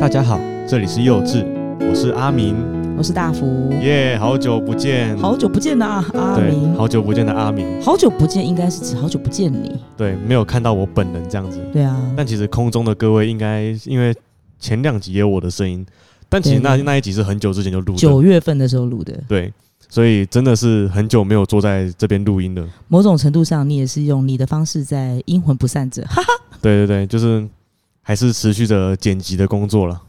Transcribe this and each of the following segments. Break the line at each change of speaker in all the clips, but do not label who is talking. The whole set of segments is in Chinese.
大家好，
这里是幼稚，我是阿明，
我是大福，
耶、好久不见，
好久不见呐、阿
对
明，，
好久不见的阿明，
好久不见应该是指好久不见你，
对，没有看到我本人这样子，
对啊，
但其实空中的各位应该因为前两集也有我的声音，但其实那
对对
那一集是很久之前就录的，
九月份的时候录的，
对，所以真的是很久没有坐在这边录音了，
某种程度上你也是用你的方式在阴魂不散着，哈，
对对对，就是还是持续着剪辑的工作了。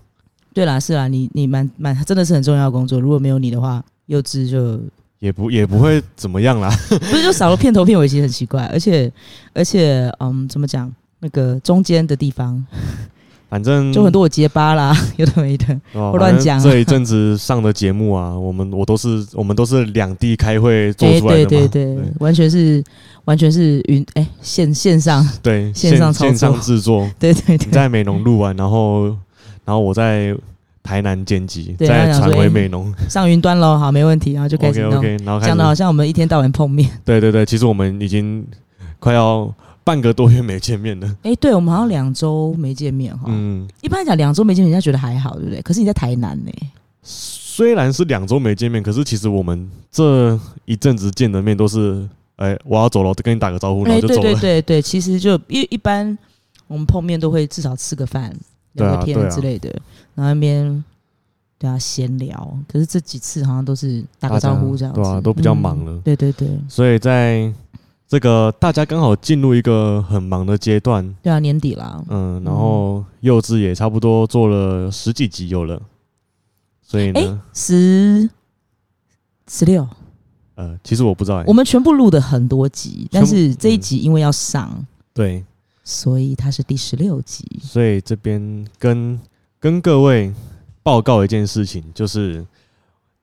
对啦，是啦，你你蛮蛮真的是很重要的工作，如果没有你的话，幼稚就
也不也不会怎么样啦，
不是就少了片头片尾，其实很奇怪，而且而且嗯，怎么讲？那个中间的地方
嗯反正
就很多我结巴啦， 有的没的，
哦
我乱
反正
讲啊
这一阵子上的节目啊， 我们我都是我们都是两地开会做出来的
对
嘛，
对对，完全是完全是云哎、线线上，
对，
线上操作
线上制 作，
对对
你
对，
在美浓录完，然后然后我在台南剪辑，
对
再
他想
传
说
回
哎
美浓。
上云端喽，好，没问题，然后就开始
OK
弄，
OK，然后开
讲的好
始，嗯
像我们一天到晚碰面。
对对对，其实我们已经快要半个多月没见面了。
哎、对，我们好像两周没见面哈。
嗯，
一般来讲，两周没见面，人家觉得还好，对不对？可是你在台南呢、
虽然是两周没见面，可是其实我们这一阵子见的面都是，哎、我要走了，我跟你打个招呼，然
哎、
后就
对
走了。
对对对，其实就一一般我们碰面都会至少吃个饭、
对
聊
啊
个
对啊
天之类的，然后那边对啊闲聊。可是这几次好像都是打个
大家
招呼这样子，嗯
对啊都比较忙了
对对对，
所以在这个大家刚好进入一个很忙的阶段，
对啊，年底啦，
嗯，然后幼稚也差不多做了十几集有了，所以呢，
十十六，
呃，其实我不知道、欸，
我们全部录的很多集，但
全部
是这一
嗯
集因为要上，
对，
所以它是第十六集。
所以这边跟跟各位报告一件事情，就是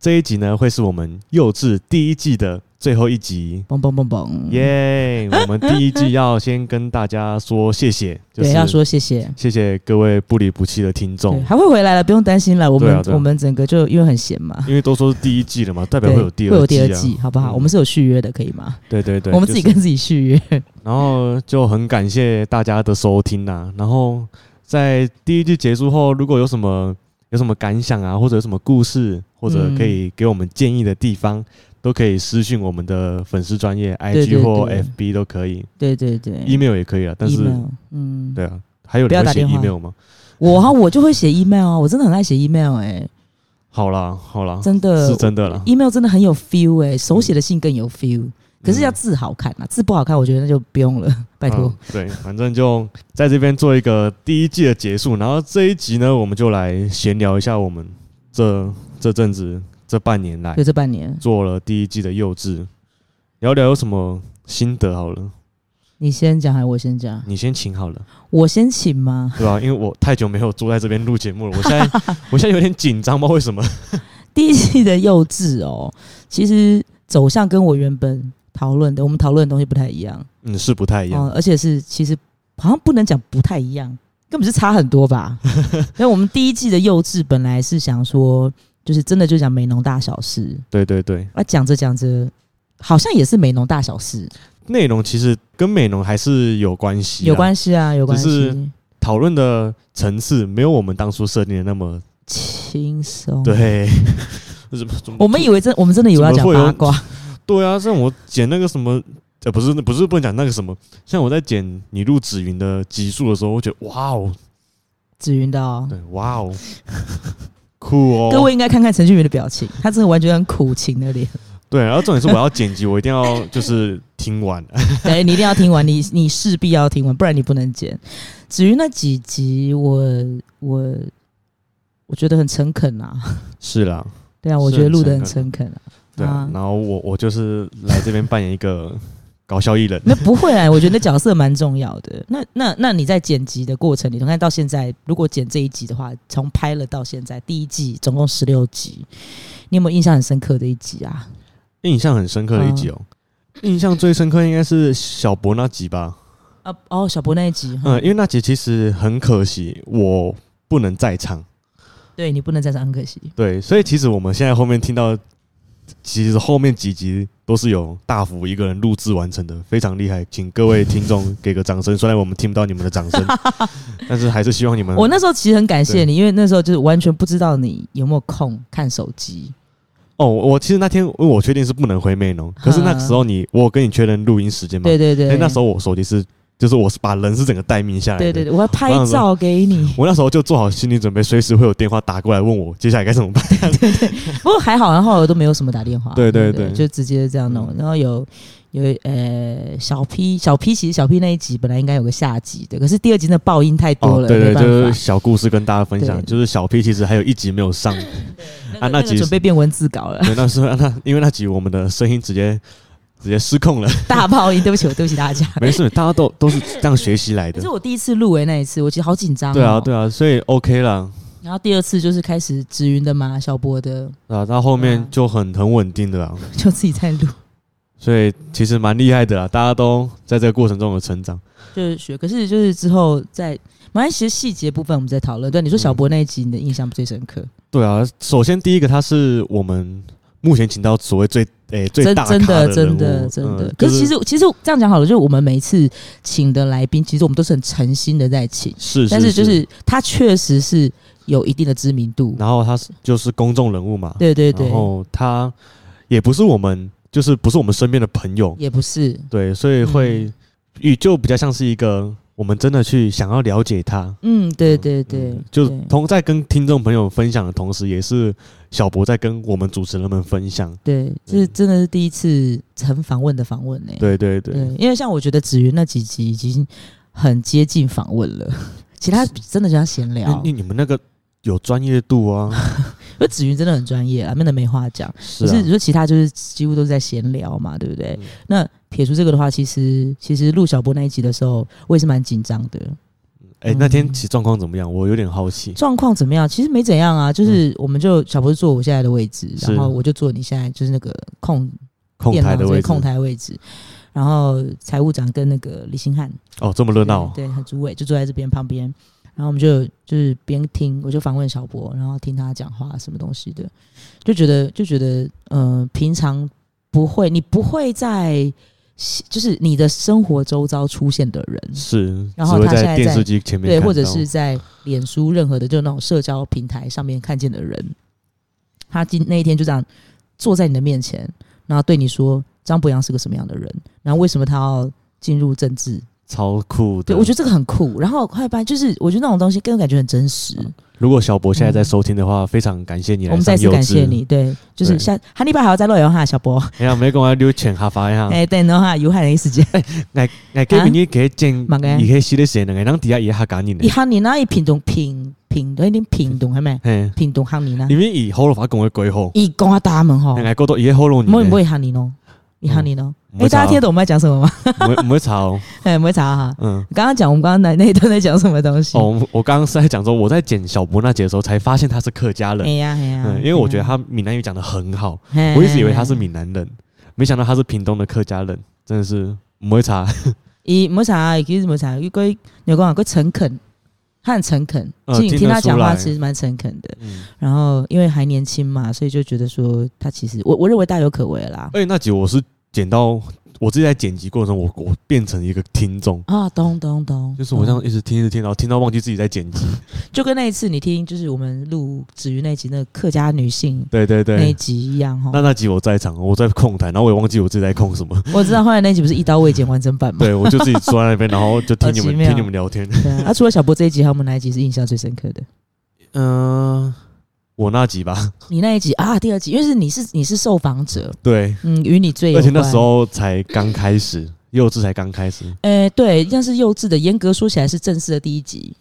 这一集呢会是我们幼稚第一季的最后一集。
嘣嘣嘣嘣，
耶、我们第一季要先跟大家说谢谢，就是
对，要说谢谢。
谢谢各位不离不弃的听
对，
众，
还会回来了，不用担心了。我们、
对啊对啊
我们整个就因为很闲嘛，
因为都说是第一季了嘛，代表
对，
会有第
会
二
有第
季、啊，
二季，好不好？
嗯
我们是有续约的，可以吗？
对对对，
我们自己
就是
跟自己续 约。
然后就很感谢大家的收听啦、然后在第一季结束后，如果有什么有什么感想啊，或者有什么故事，或者可以给我们建议的地方，都可以私讯我们的粉丝专业 IG
对
或
对
FB 都可以
对对对
，email 也可以啊。但是
Email，嗯，
对啊，还有
不
人
要
会
打
写
电话
email 吗？
我哈我就会写 email 啊，我真的很爱写 email 哎、
好啦，好啦，
真的
哦是真的啦。
email 真的很有 feel 哎、手写的信更有 feel。可是要
嗯
字好看啊，字不好看，我觉得那就不用了，拜托。
嗯对，反正就在这边做一个第一季的结束，然后这一集呢，我们就来闲聊一下我们这这阵子这半年来
就这半年，
做了第一季的幼稚，聊聊有什么心得好了，
你先讲还是我先讲？
你先请好了，
我先请吗？
对吧、因为我太久没有坐在这边录节目了，我现 在我现在有点紧张，不知道为什么。
第一季的幼稚哦，其实走向跟我原本讨论的，我们讨论的东西不太一样
嗯，是不太一样，
哦，而且是其实好像不能讲不太一样，根本是差很 多吧。因为我们第一季的幼稚本来是想说，就是真的就讲美农大小事，
对对对，
啊，讲着讲着好像也是美农大小事，
内容其实跟美容还是有关系，
有关系啊，有关
只
系，
讨论的层次没有我们当初设定的那么
轻松。，
对。 怎么怎么
哦我们以为真，我们真的以为要
怎
讲
么会有
八卦，
对啊，像我剪那个什么，呃，不是不是不能讲那个什么，像我在剪你录紫云的集数的时候，我觉得哇哦，
紫云的哦。
对，哇哦， 酷哦，
各位应该看看陈俊宇的表情，他真的完全很苦情的脸。
对，然后重点是我要剪辑，我一定要就是听完，
对你一定要听完，你你势必要听完，不然你不能剪。至于那几集，我我我觉得很诚恳啊，
是啦，
对啊，我
是
觉得
很
录的很
诚
诚恳啊。
对啊
啊，
然后我我就是来这边扮演一个搞笑艺人，
那不会啊，我觉得那角色蛮重要的。那那那你在剪辑的过程里头，看到现在，如果剪这一集的话，从拍了到现在，第一季总共十六集，你有没有印象很深刻的一集啊？
印象很深刻的一集哦，印象最深刻应该是小博那集吧，
啊哦，小博那一集，
嗯，因
为
为那集其实很可惜，我不能在场。
对你不能再上，很可惜。
对，所以其实我们现在后面听到其实后面几集都是有大幅一个人录制完成的，非常厉害，请各位听众给个掌声。虽然我们听不到你们的掌 声，但是还是希望你们
嗯我那时候其实很感谢你，因为那时候就是完全不知道你有没有空看手机。
哦，我其实那天因为我确定是不能回美农，可是那个时候你我有跟你确认录音时间嘛，
啊对对对，
哎那时候我手机是就是我是把人是整个待命下来的，
对对对，我要拍
我想
照
说
给你。
我那时候就做好心理准备，随时会有电话打过来问我接下来该怎么办。
不过还好，然后后来我都没有什么打电话，
对
对
对
不
对嗯
就直接这样弄。然后有有呃小 P 小 P，其实小 P 那一集本来应该有个下集的，可是第二集那爆音太多了，
哦对对，就
没办法
是小故事跟大家分享，
对
就是小 P 其实还有一集没有上，
那个
啊那集
个准备变文字 稿了，
对，那时候那因为那集我们的声音直接直接失 控了，
大爆音，对不起，我对不起大 家。
没事，大家都都是这样学习来
可
的
是。我第一次入围那一次，我其实好紧张、哦
对啊，对。啊，所以 OK 啦，
然后第二次就是开始直云的嘛，小波的，
啊，到后面就很很稳定的啦，
就自己 在录，
所以其实蛮厉害的啦，大家都在这个过程中有成长。
就是学。可是就是之后在，马来其实细节部分我们在讨论。对，你说小波那一集你的印象最深刻，
对啊，首先第一个他是我们目前请到所谓最诶、最
真
大咖
真的
人
真
物
的真的。
嗯
可
就是
其实其实这样讲好了，就是我们每一次请的来宾，其实我们都是很诚心的在请，
是，
但是就是他确实是有一定的知名度。
然后他是就是公众人物嘛，
对对对
然，后他也不是我们，就是不是我们身边的朋友，
也不是。
对，所以会
嗯
也就比较像是一个我们真的去想要了解他，
嗯，对对对
嗯，就
对
同在跟听众朋友分享的同时，也是小博在跟我们主持人们分享，
对，这是真的是第一次很访问的访问呢、
嗯
欸
对对对，
对，因为像我觉得子云那几集已经很接近访问了， 其他真的就像闲
那
聊。
你你们那个有专业度 啊，
因为子云真的很专业啊，真的没话讲。
是
可是你
啊，
说其他就是几乎都是在闲聊嘛，对不对？
嗯
那撇除这个的话，其实其实录小波那一集的时候，我也是蛮紧张的。
哎、那
嗯
天其实状况怎么样？我有点好奇，
状况怎么样？其实没怎样啊，就是我们就小波就坐我现在的位置，
嗯是
然后我就坐你现在就是那个控
控
电脑
台的
这个
位置，
控台位置。然后财务长跟那个李星汉，
哦，这么热闹，
对，对很主委就坐在这边旁边，然后我们就就是边听，我就访问小博，然后听他讲话什么东西的，就觉得就觉得，呃，平常不会，你不会在就是你的生活周遭出现的人，
是，
然后
只会
他现在
电
在
视机前面
对，
看
或者
到
是在脸书任何的就那种社交平台上面看见的人，他今那一天就这样坐在你的面前，然后对你说张博洋是个什么样的人，然后为什么他要进入政治，
超酷的。
对，我觉得这个很酷。然后快班就是，我觉得那种东西给我感觉很真实。
如果小博现在在收听的话，非常感哦谢你来
嗯我们再
上
次
柚
感
子
谢你，。对，就是
对
下哈利拜还要再露一下小波，
哎呀，没讲啊，你有请下发一 下。
哎，等的话有害的时间，
哎，
啊
今年你可以见
嘛个，
你可以写的写两个，咱底下也下讲你呢
一。哈尼那一品种品品有一点品种还没
嘿，
品种哈尼那，
你们以喉咙法讲的鬼吼，
一讲啊大门吼
两，个过到也喉咙你
莫
呢。
莫哈尼喏，一哈尼喏，
不
哎，
会吵
大家听得懂我们在讲什么吗？
不会不会吵。
哎，没查哈。
嗯，
刚刚讲我们刚刚那那一段在讲什么东西
哦，？我们我刚刚是在讲说，我在剪小博那节的时候才发现他是客家
哎
人，
呀哎呀，哎
嗯，因为我觉得他闽南语讲的很好，
他
我一直以为他是闽南人，
哎
没想到他是屏东的客家人，真的是不会查。
伊没啥，啊其实没啥，伊个有讲啊，个诚恳，他很诚恳。
呃
其实你听他讲话，
听得出来
其实蛮诚恳的。
嗯，
然后因为还年轻嘛，所以就觉得说他其实我我认为大有可为啦。
而且哎那集我是剪到我自己在剪辑过程中，我我变成一个听众，
啊，咚咚咚，
呃就是我这样一
咚
直听一直听，然后听到忘记自己在剪
嗯
辑。
就跟那一次你听，就是我们录子瑜那集那个客家女性
对对
那
对，
一集一样
那
哈。
那集我在场，我在控台，然后我也忘记我自己在控 什么。
我知道后来那集不是一刀未剪完整版嘛？
对，我就自己坐在那边，然后就听你
好奇
们
妙
听你们聊天。
对啊。啊，除了小波这一集，还有我们哪一集是印象最深刻的？
嗯、我那集 吧，
你那一集啊，第二集，因为是你是你是受访者，
对，
嗯，与你最有
而且那
关
时候才刚开始，幼稚才刚开始
呃，对，但是幼稚的，严格说起来是正式的第一集，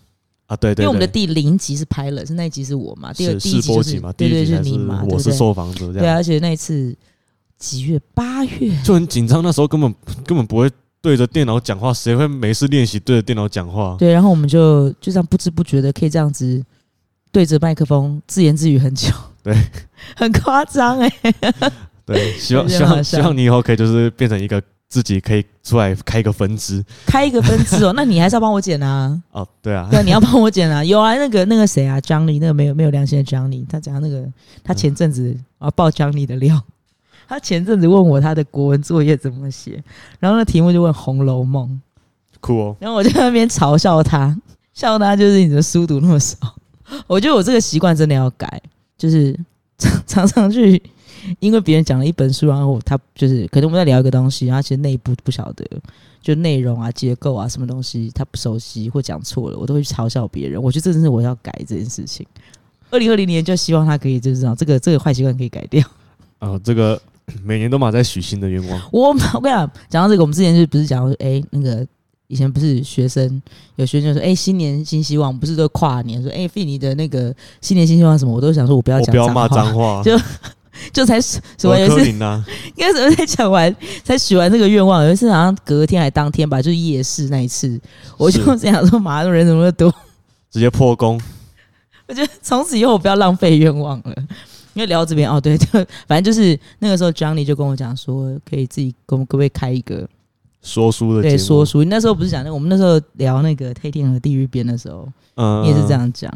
啊，对
因
对
为我们的
对。
第零集是拍了，是那一集是我嘛，第二
是
第一
试
集
播
就是
集嘛，第
对
一
对，
集
就是
才
你嘛，对
我
不
是
对
受访者这
对啊，
样，
而且那一次几月？八月，
就很紧张。那时候根本根本不会对着电脑讲话，谁会没事练习对着电脑讲话？
对，然后我们就就这样不知不觉的可以这样子对着麦克风自言自语很久，
对，
很夸张哎、
对，希望
有点
希
好
望
笑
希望你以后可以就是变成一个自己可以出来开一个分支
开一个分支哦，那你还是要帮我剪啊，
哦，对啊，
对啊，你要帮我剪啊，有啊，那个那个谁啊，Johnny 那个没有没有良心的 Johnny，他讲那个他前阵子啊爆 Johnny 的料。他前阵子问我他的国文作业怎么写，然后那题目就问《红楼梦》，
酷哦，
然后我就在那边嘲笑他， 笑他就是你的书读那么少。 我觉得我这个习惯真的要改，就是 常常常去，因为别人讲了一本书，然后他就是可能我们在聊一个东西，然后其实内部不晓得，就内容啊、结构啊什么东西他不熟悉或讲错了，我都会去嘲笑别人。我觉得这真是我要改这件事情。二零二零年就希望他可以就是这样，这个这个坏习惯可以改掉。
啊、这个每年都马在许新的愿望，
我我跟你讲，讲到这个，我们之前是不是讲说，哎、那个以前不是学生有学生就说，哎、新年新希望，不是都跨年说，哎、费你的那个新年新希望什么，我都想说我 不要
我
讲，
不要骂脏，话
就，就才什么
我
有一
柯
次，
林啊，
应该怎么才讲完，才许完这个愿望，有一次好像隔天还当天吧，就是夜市那一次，我就是这样说，马上人怎么那么多，
直接破功，
我觉得从此以后我不要浪费愿望了。因为聊到这边哦，对，就反正就是那个时候，Johnny 就跟我讲说，可以自己跟可不可以开一个
说书的节
对，
目
说，书。那时候不是讲那个，我们那时候聊那个《黑天鹅地狱边》的时候，
嗯
你也是这，样讲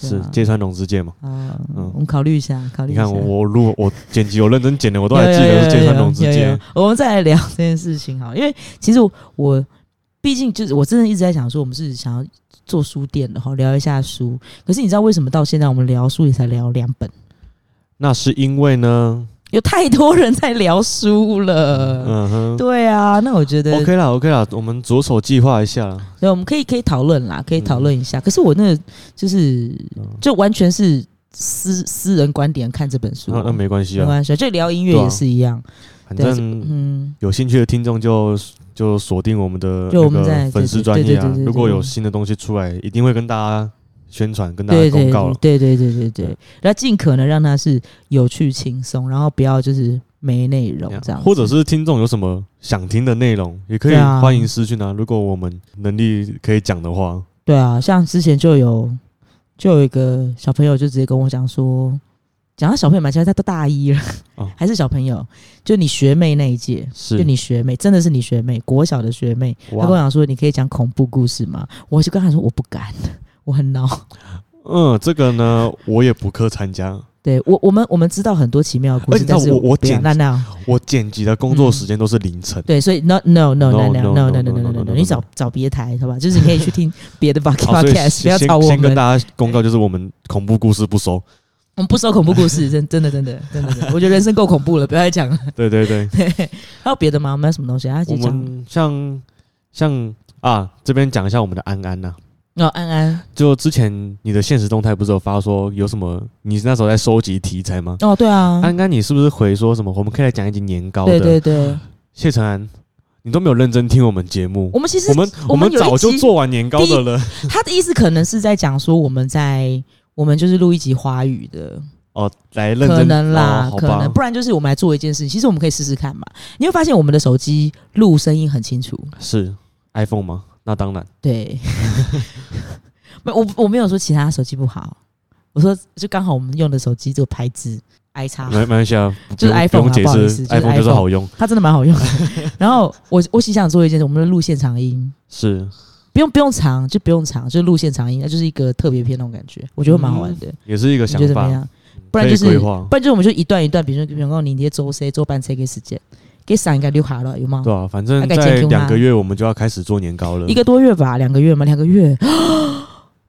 对
是
啊
芥川龙之介嘛？
啊。
嗯
我们考虑一下，考虑
你
一下。
看我我录我剪辑，我认真剪的，我都还
有
记得是芥川
有有
龙之
有有
介
有，我们再来聊这件事情哈，因为其实我我毕竟就是我真的一直在想说，我们是想要做书店的哈，聊一下书。可是你知道为什么到现在我们聊书也才聊两本？
那是因为呢，
有太多人在聊书了。
嗯哼。
对啊，那我觉得
OK 啦，OK 啦，我们着手计划一下啦。
对，我们可以可以讨论
嗯
啦，可以讨论一下。可是我那个就是就完全是私私人观点看这本书
那、
哦，
那没关系
没
啊，
关系啊，就聊音乐
对啊
也是一样。
反
对
正
嗯，
有兴趣的听众就就锁定我们的
就
那
我们在
个粉丝专业
对对对
啊
对对对。
如果有新的东西出来，一定会跟大家宣传，跟大
对
家
对
嗯公告了。
对对对对对
对，
然后尽可能让它是有趣轻松，然后不要就是没内容这样子，
或者是听众有什么想听的内容，也可以
对啊
欢迎私讯啊。如果我们能力可以讲的话，
对啊，像之前就有就有一个小朋友就直接跟我讲说，讲到小朋友蛮奇怪，他都大一了，
哦
还是小朋友，就你学妹那一届，
是
就你学妹，真的是你学妹，国小的学妹，她
哇
跟我讲说你可以讲恐怖故事吗？我就跟她说我不敢， 我很恼。
嗯，这个呢，我也不克参加。
对我，我们我们知道很多奇妙的故
而
事，
且
但是
哎我我
不要
剪
那那
我剪辑的工作
嗯
时间都是凌 晨。
对，所以 no no no
No,
no
no,
no no no
no, no,
no no
no,
no no，
no,
你找
no.
找别台好吧， 就是你可以去听别的
好，哦所以
podcast，不要
先
找我
先跟
们。
大家公告，就是我们恐怖故事不收。
我们不收恐怖故事，真真的真的真的，真的我觉得人生够恐怖了，不要再讲了。
对对对，
还有别的吗？我们有什么东西？啊，
我
就讲
们像像啊，这边讲一下我们的安安呐、
哦，安安
就之前你的现实动态不是有发说有什么？你那时候在收集题材吗？
哦，对啊，
安安，你是不是回说什么？我们可以来讲一集年糕的。
对对对，
谢承安，你都没有认真听我们节目。
我们其实
我们
我们
们
有一
早就
集
做完年糕的了。
他的意思可能是在讲说我们在我们就是录一集华语的，
哦，来认真
可能啦，
哦、好
可能
吧
不然就是我们来做一件事情，其实我们可以试试看嘛。你会发现我们的手机录声音很清楚，
是 iPhone 吗？那当然，
对，没我我没有说其他手机不好，我说就刚好我们用的手机这个牌子 i 叉
没没关系啊，不
就是
用
iPhone 啊
不
不好意
用解
思
释
就是
，iPhone 就是
iPhone
好用，
它真的蛮好用的。然后我我只想做一件事，我们录现场音，
是
不用不用长，就不用长，就录现场音，那就是一个特别篇那种感觉，我觉得蛮好玩的。
也是一个嗯
你
想
觉得怎么
法，
样？不然就是
可以规划
不，然就是我们就一段一段，比如说比如说你这周谁周班谁给时间，给闪一个溜卡了有吗？
对啊，反正
大概监
在
控它
两个月我们就要开始做年糕了，
一个多月吧，两个月吗？两个月，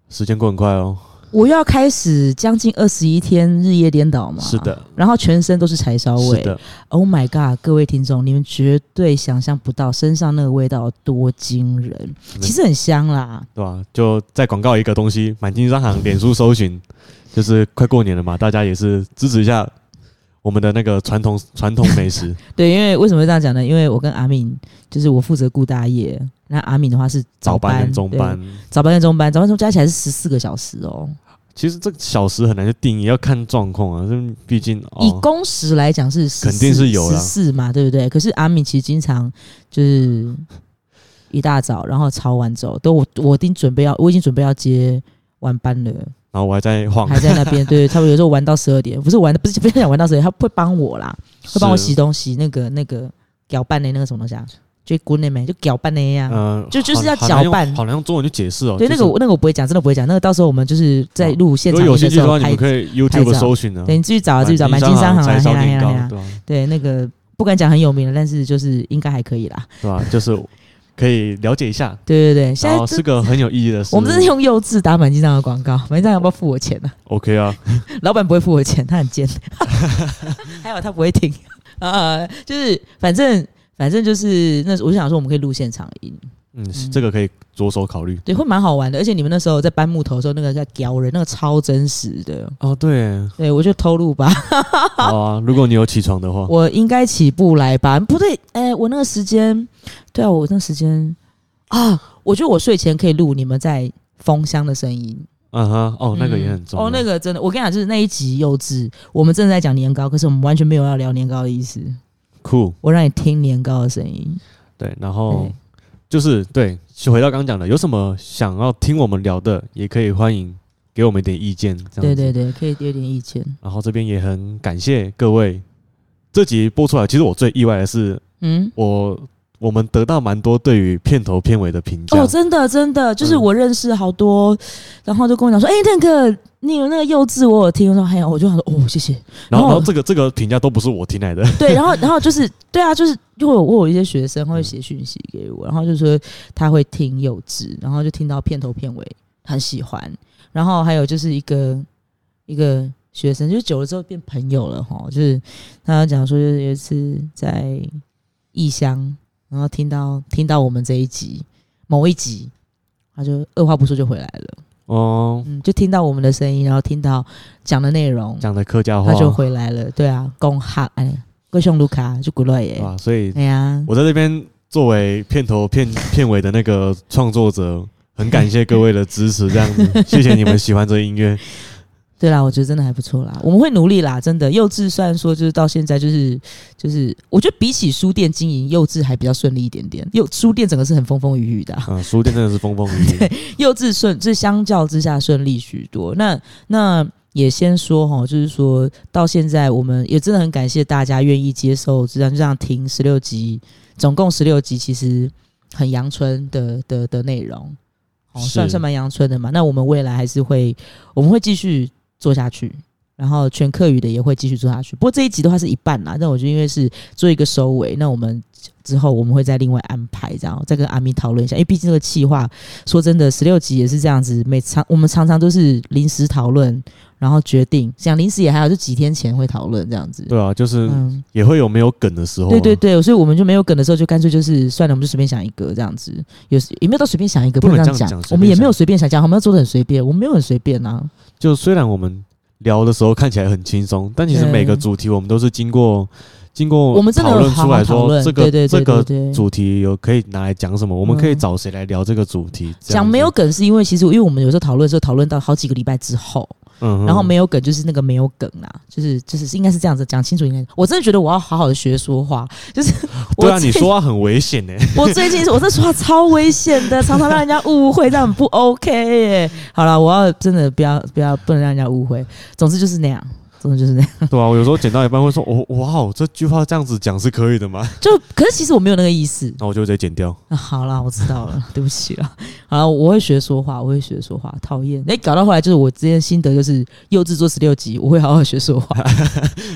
时间过很快哦。
我又要开始将近二十一天日夜颠倒嘛。
是。的，
然后全身都是柴烧味
是的，
，Oh my god！各位听众，你们绝对想象不到身上那个味道有多惊人，
嗯
其实很香啦。
对吧、啊就再广告一个东西，满金商行脸书搜寻，就是快过年了嘛，大家也是支持一下我们的那个传统传统美食。
对，因为为什么会这样讲呢？因为我跟阿敏，就是我负责顾大业，那阿敏的话是
早
班、
班跟中
对
班，
早班跟中班，早班中加起来是十四个小时哦。
其实这个小时很难去定义，要看状况啊。这毕竟
以
哦，
工时来讲是14
肯定是有啦
十四嘛，对不对？可是阿敏其实经常就是一大早，然后超晚走，都我我已经准备要，我已经准备要接晚班了，
然后我还在晃，
还在那边，对，差不多有时候玩到十二点，不是玩，不是不是想玩到十二点，他会帮我啦，会帮我
是
洗东西，那个那个搅拌的那个什么东西啊，就滚了没，就搅拌了呀。
呃，
啊就就是要
好难用
搅拌
好难用中文去解释哦。
对，
就
那
是哦
个我那个我不会讲，真的不会讲。那个到时候我们就是在录现
如
场
果有兴
的
趣
时
的
候
话，你
拍
们。可以
拍
YouTube
照
搜寻啊。
对，你自己找啊，自己找。
满
满
金
金商行啊，
柴烧
嘿啦嘿
年
啦嘿
糕，
啦
对吧？
对，那个不敢讲很有名了，但是就是应该还可以啦。
对吧？就是可以了解一下，
对对对，现
然
在
后
这
哦是个很有意义的事。
我们真是用幼稚打满金章的广告，满金章要不要付我钱呢、
OK 啊，
老板不会付我钱，他很贱， 还好他不会听 啊。就是反正反正就是那，我就想说我们可以录现场音，
嗯，这个可以着手考 虑。
对，会蛮好玩的。而且你们那时候在搬木头的时候，那个在屌人，那个超真实的。
哦，对，
对，我就偷录吧，
好啊，如果你有起床的话，
我应该起步来吧？不对，哎、我那个时间，对啊，我那个时间啊，我觉得我睡前可以录你们在封箱的声音。
嗯哼，哦，那个也很重要。
哦，那个真的，我跟你讲，就是那一集幼稚，我们正在讲年糕，可是我们完全没有要聊年糕的意思。
酷，
我让你听年糕的声音，
对，然后
对
就是对，回到刚刚讲的，有什么想要听我们聊的，也可以欢迎给我们一点意见，这样子。
对对对，可以有点意见。
然后这边也很感谢各位，这集播出来，其实我最意外的是，
嗯，
我我们得到蛮多对于片头片尾的评价。
哦，真的真的，就是
嗯
我认识好多，然后就跟我讲说，哎、那个你有那个幼稚，我有听，我说还有，我就想说，哦，谢谢。
然后，
然后
然后这个这个评价都不是我听来的，
对，然后然后就是对啊，就是因为我我有一些学生会写讯息给我，然后就说他会听幼稚，然后就听到片头片尾很喜欢，然后还有就是一个一个学生，就是久了之后变朋友了哈，就是他讲说就是有一次在异乡，然后听到听到我们这一集某一集，他就二话不说就回来了，
哦，
嗯，就听到我们的声音，然后听到讲的内容，
讲的客家话，
他就回来了。对啊，公哈哎，贵兄卢卡就古乐耶。
啊，所以
哎呀，
我在这边作为片头片片尾的那个创作者，很感谢各位的支持，这样子，谢谢你们喜欢这音乐。
对啦，我觉得真的还不错啦，我们会努力啦，真的。幼稚虽然说就是到现在就是就是，我觉得比起书店经营，幼稚还比较顺利一点点。幼书店整个是很风风雨雨的啊、
啊，书店真的是风风 雨雨，
幼稚顺，这相较之下顺利许多。那那也先说哈，就是说到现在，我们也真的很感谢大家愿意接受这样这样听十六集，总共十六集，其实很阳春的的的内容，哦，
是
算算蛮阳春的嘛。那我们未来还是会，我们会继续做下去。然后全课语的也会继续做下去，不过这一集的话是一半啦。但我觉得因为是做一个收尾，那我们之后我们会再另外安排，这样再跟阿咪讨论一下。因为毕竟这个企划，说真的，十六集也是这样子，每常我们常常都是临时讨论，然后决定。讲临时也还好，就几天前会讨论这样子。
对啊，就是
嗯，
也会有没有梗的时候啊、
对对对，所以我们就没有梗的时候，就干脆就是算了，我们就随便想一个这样子。有时也没有到随便想一个，
不
不
能
能这
这样
样讲
讲。
我们也没有随便想讲，我们要做的很随便，我们没有很随便啊。
就虽然我们聊的时候看起来很轻松，但其实
对
每个主题我们都是经过经过
我们真的
讨
有
论
好
出
好
来
讨
说
论，
这
对
个
对
这
对对
个
对。
主题有可以拿来讲什么，我们
嗯
可以找谁来聊这个主题。这样
讲
子
没有，梗是因为其实因为我们有时候讨论的时候讨论到好几个礼拜之后，
嗯哼
然后没有梗就是那个没有梗啦，就是就是应该是这样子讲清楚。应该我真的觉得我要好好的学说话，就是 我
对啊，
最
你说话很危险呢、 欸
我最近我这说话超危险的，常常让人家误会，这样很不 OK 耶。好了，我要真的不要不要不能让人家误会，总之就是那样。总之就是那样，
对啊，我有时候剪到一半会说，哦，哇哦，这句话这样子讲是可以的吗？
就可是其实我没有那个意思。
那我就直接剪掉。
啊、好啦，我知道了， 对不起啦。好啦，我会学说话，我会学说话，讨厌。哎、搞到后来就是我之前心得就是幼稚做十六集，我会好好学说话。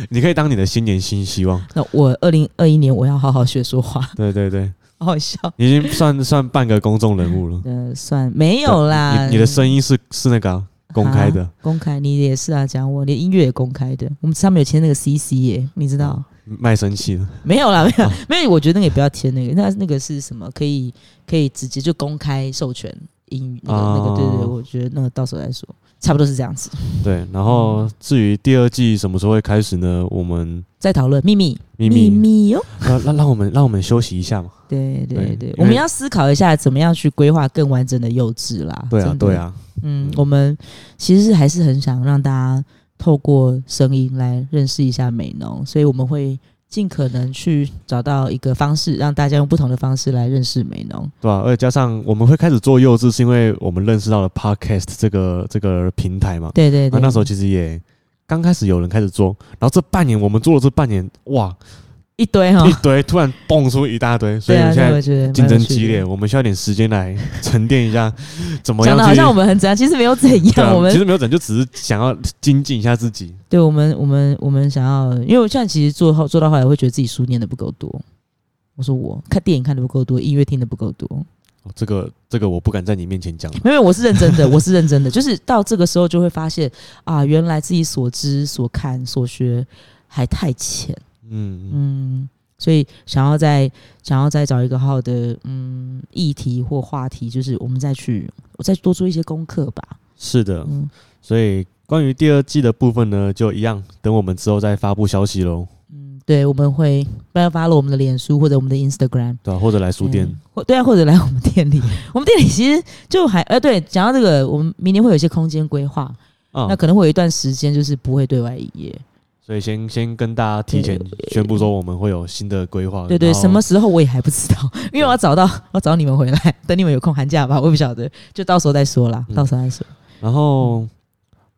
你可以当你的新年新希望。
那我二零二一年我要好好学说话，
对对对，
好好笑。
你已经算算半个公众人物了。
呃，算没有啦。
你你的声音是是那个啊、公开的，
公开，你也是啊，讲我，你的音乐也公开的，我们上面有签那个 CC 耶，你知道？
卖身契的。
没有啦，没
嗯
有，
哦
没有。我觉得那个也不要签那个，那那个是什么？可以可以直接就公开授权音那个、那个，对对对，
哦
我觉得那个到时候再说，差不多是这样子。
对，然后
嗯
至于第二季什么时候会开始呢？我们
再讨论秘密，
秘密呃
密哦，
让让让我们让我们休息一下嘛。
对对
对
对
因为，
我们要思考一下怎么样去规划更完整的幼稚啦。
对啊
哦真，的
对，啊，
嗯，我们其实是还是很想让大家透过声音来认识一下美农，所以我们会尽可能去找到一个方式，让大家用不同的方式来认识美农。
对啊，而且加上我们会开始做幼稚，是因为我们认识到了 podcast 这个这个平台嘛。
对对
啊那
对，
那时候其实也刚开始有人开始做，然后这半年我们做了这半年，哇，
一堆哈
一，堆突然蹦出一大堆，所
哦对
以我
啊，
们现
那
在
我觉得
竞争
蛮有趣的
激烈，。我们需要点时间来沉淀一下，怎么样
讲的
去？
好像我们很怎样，其实没有 怎
对啊
样。我们
其实没有整，就只是想要精进一下自己。
对我们我们我们想要，因为我现在其实做后做到后来，会觉得自己书念的不够多。我说我看电影看的不够多，音乐听的不够多。
哦这个这个我不敢在你面前讲了。
没有，我是认真的， 我是认真的。就是到这个时候就会发现啊，原来自己所知、所看、所学还太浅。
嗯，
嗯，所以想要再想要再找一个好好的嗯议题或话题，就是我们再去我再多做一些功课吧。
是的。
嗯
所以关于第二季的部分呢，就一样，等我们之后再发布消息喽，
嗯，对，我们会不要发了我们的脸书或者我们的 Instagram。
对吧、啊或者来书店，
嗯或对啊，或者来我们店里， 我们店里其实就还呃，对，讲到这个，我们明年会有一些空间规划，
啊、
嗯那可能会有一段时间就是不会对外营业，
所以先先跟大家提前宣布说，我们会有新的规划。
对对，
哦然后
什么？时候我也还不知道，因为我要找到 我要找你们回来， 等你们有空寒假吧，我也不晓得，就到时候再说啦，
嗯
到时候再说，
然后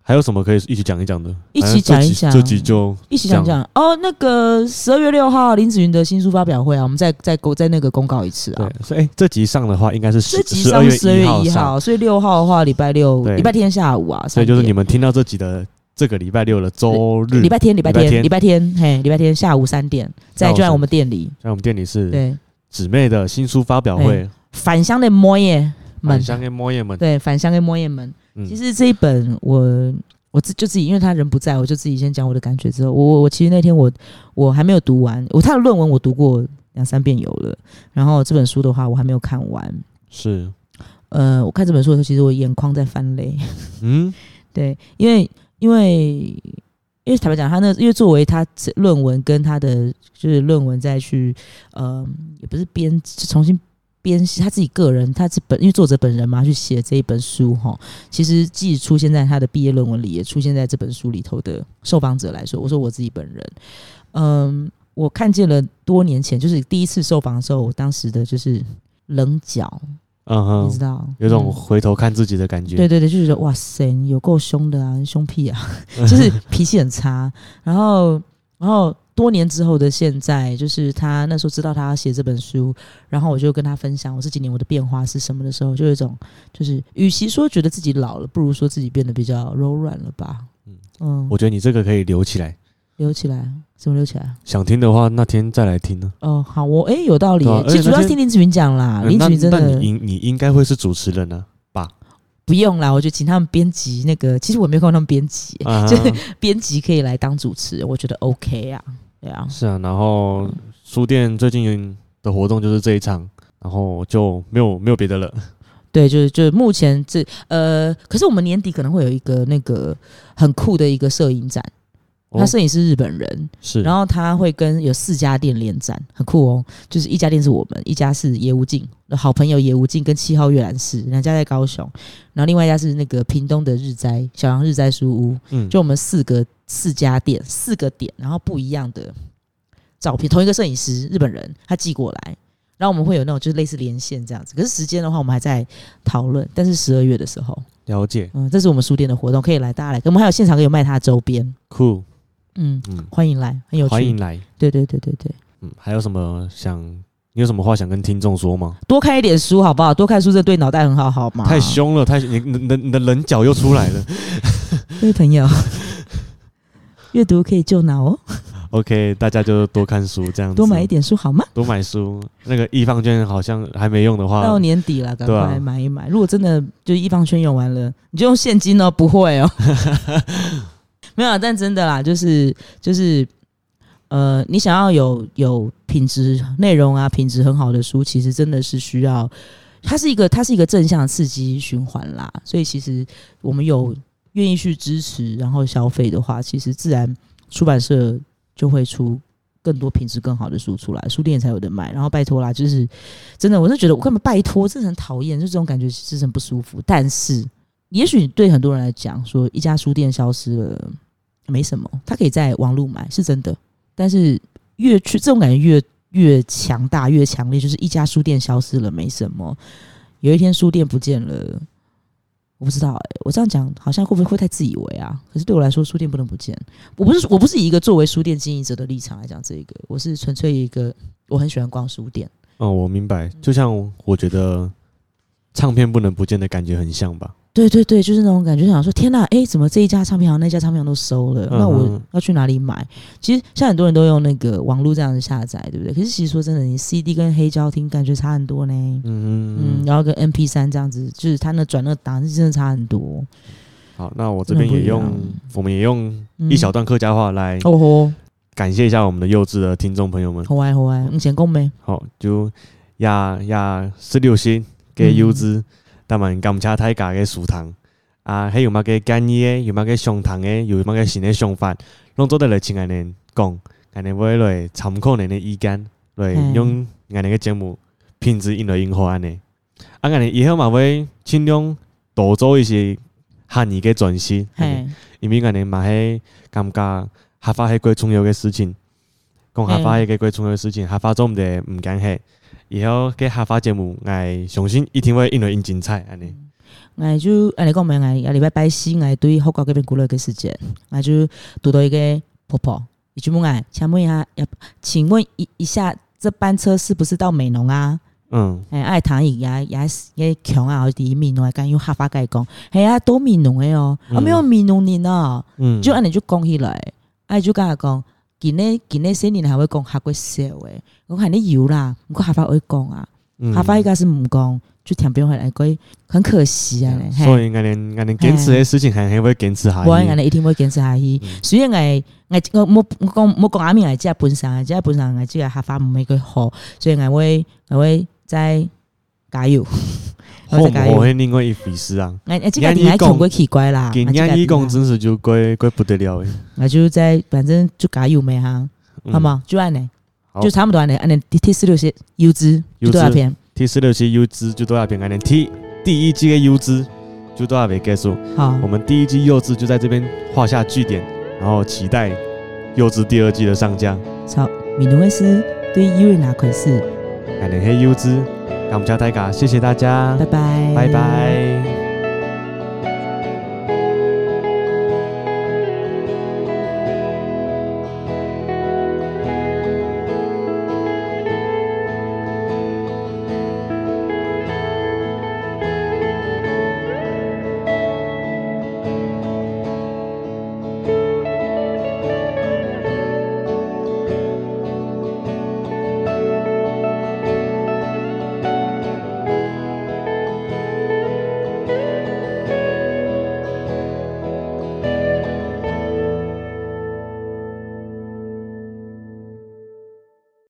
还有什么可以一起讲一讲的？
一起讲一讲
反正这集这集就
一起讲
这
讲哦。那个十二月六号林子云的新书发表会啊，我们再再公再那个公告一次啊。
对，所以哎、这集上的话应该是
这
十
集
十
上
二月
十二月
号
一
上，
号，所以六号的话，礼拜六、
对
礼拜天下午啊，
所以就是
3点
你们听到这集的这个礼拜六的周日，
礼拜天，礼拜
礼拜
天，
天
礼拜天，嘿，礼拜天下午三点，在
下午
就在我
三
们店里，
在我们店里是
对，
姊妹的新书发表会，
返乡的摩耶们
满，香跟莫叶们，
哎对，返乡的摩耶们。
嗯
其实这一本我我自就自己，因为他人不在，我就自己先讲我的感觉。之后，我我我其实那天我我还没有读完，我他的论文我读过两三遍有了，然后这本书的话我还没有看完。
是
呃，我看这本书的时候，其实我眼眶在翻泪，
嗯
对，因为因为因为坦白讲，他那因为作为他这论文跟他的就是论文再去呃，也不是编重新编他自己个人，他是本因为作者本人嘛去写这一本书哈，其实既出现在他的毕业论文里，也出现在这本书里头的受访者来说，我说我自己本人，嗯、我看见了多年前就是第一次受访的时候，我当时的就是棱角，
嗯
你知
哼，
道，
有种
嗯
回头看自己的感觉。
对对对，就觉得哇塞，你有够凶的啊，凶屁啊， 就是脾气很差。然后，然后多年之后的现在，就是他那时候知道他要写这本书，然后我就跟他分享我这几年我的变化是什么的时候，就有一种就是，与其说觉得自己老了，不如说自己变得比较柔软了吧。
嗯
嗯，
我觉得你这个可以留起来，
留起来，什么留起来？
想听的话那天再来听呢。
哦，好，我哎、有道理
对啊
耶。
而
其
且
实主要
那
是
天
听林子云讲啦，啊林
那
子云真
那
的
你应你应该会是主持人啊 呢、
不用啦，我就请他们编辑那个，其实我没有看过他们编辑耶。
啊，
就编辑可以来当主持人，我觉得 OK 啊，对啊，
是啊。然后书店最近的活动就是这一场，然后就没有没有别的了。
对，就是就是目前这呃，可是我们年底可能会有一个那个很酷的一个摄影展，
哦
他摄影师日本人，
是，
然后他会跟有四家店联展，很酷哦，就是一家店是我们，一家是野无尽好朋友野无尽跟七号阅览室，两家在高雄，然后另外一家是那个屏东的日斋小杨日斋书屋，
嗯，
就我们四个四家店四个点，然后不一样的照片，同一个摄影师日本人他寄过来，然后我们会有那种就是类似连线这样子。可是时间的话，我们还在讨论，但是十二月的时候，
了解，
嗯，这是我们书店的活动，可以来大家来跟，我们还有现场可以有卖他的周边，
酷，
嗯，
嗯，
欢迎来，很有
欢
趣
迎，来。
对对对对对，
嗯，还有什么想？你有什么话想跟听众说吗？
多看一点书好不好？多看书这对脑袋很好，好吗？
太，凶了，太你你你的你的棱角又出来 了。
各 位朋友，阅读可以救脑哦，
OK，大家就多看书这样子，
多买一点书好吗？
多买书。那个易放券好像还没用的话
到，年底了，赶
对啊
快买一买。如果真的就一方圈用完了，你就用现金哦，不会哦。 没有啊，但真的啦，就是就是，呃，你想要有有品质内容啊，品质很好的书，其实真的是需要，它是一个它是一个正向刺激循环啦。所以其实我们有愿意去支持，然后消费的话，其实自然出版社就会出更多品质更好的书出来，书店才有的卖。然后拜托啦，就是真的，我是觉得我根本拜托，真的很讨厌，就这种感觉是很不舒服。但是，也许对很多人来讲，说一家书店消失了没什么，他可以在网络买是真的。但是越去这种感觉越越强大越强烈，就是一家书店消失了没什么，有一天书店不见了，我不知道哎、我这样讲好像会不会会太自以为啊？可是对我来说，书店不能不见。我不是我不是以一个作为书店经营者的立场来讲这个，我是纯粹一个我很喜欢逛书店。
嗯，我明白。就像我觉得唱片不能不见的感觉很像吧？
对对对，就是那种感觉，想说天呐，哎，怎么这一家唱片行、那家唱片行都收了？
嗯
那我要去哪里买？其实像很多人都用那个网络这样子下载，对不对？可是其实说真的，你 CD 跟黑胶听感觉差很多呢。
嗯
嗯，
嗯。
然后跟 MP 三这样子，就是它那转那档是真的差很多。
好，那我这边也用
真的不一，
我们也用
嗯
一小段客家话来
哦吼，
感谢一下我们的幼稚的听众朋友们。
好歪好歪，你先讲呗。
好，就呀呀十六星嘅幼稚，但蛮感谢大家嘅树糖啊，还有乜嘅建议嘅，有乜嘅上堂嘅，有乜嘅新嘅想法，拢做得嚟请我哋讲，我哋会来参考你哋意见，来
嗯
用我哋嘅节目品质应来应好安尼。啊，我哋以后嘛会尽量多做一些汉语嘅转型。
嘿，
因为我哋嘛系感觉合法系最重要嘅事情，讲合法系嘅最重要嘅事情，合法做唔得唔紧系。以后嘅合法节目，我相信一定会因为因精彩安尼。
我就按你讲咩？我我礼拜拜四，我对福建嗰边过了一个时间，我就读到一个婆婆，伊就问我，请问一下，要请问一一下，这班车是不是到美浓啊？
嗯，
哎，爱糖伊也也也强啊，我伫面浓来讲，用哈法甲伊讲，系啊，都面浓的哦，啊，
嗯
没有面浓人啊。
嗯，
就安尼就讲起来，啊伊就甲我讲，今日今日新年还会讲下过少诶，我看你有啦，毋过下发会讲啊，
嗯
下发应该是毋讲，就听别人来讲，很可惜啊，嘿
所以我哋我哋坚持嘅事情，还系会坚持下
我安
去。
尼一定会坚持下去
嗯。
虽然我我我冇冇讲冇讲阿明，我只系本身，我只系本身，我只系合法唔系佢好，所以我会我会再加油。
好唔好系另外一回事啊。
我我即个定系穷过奇怪啦，
今
我这个
年一
定
讲
啊
真是就怪怪不得了嘅。
我就在反正就加油咩哈，
嗯
好？嘛，就安尼，
好
就差不多安尼，安尼 T T 四六些优质，
优质
就多少篇？
第十六期优质就到那边，我哋第第一季嘅优质就到那边结束。
好
我，们第一季幼稚就在这边画下句点，然后期待幼稚第二季的上架。
好，米努威斯对 U 瑞哪款事？
感谢黑幼稚，感谢大家，谢谢大家，
拜拜，
拜拜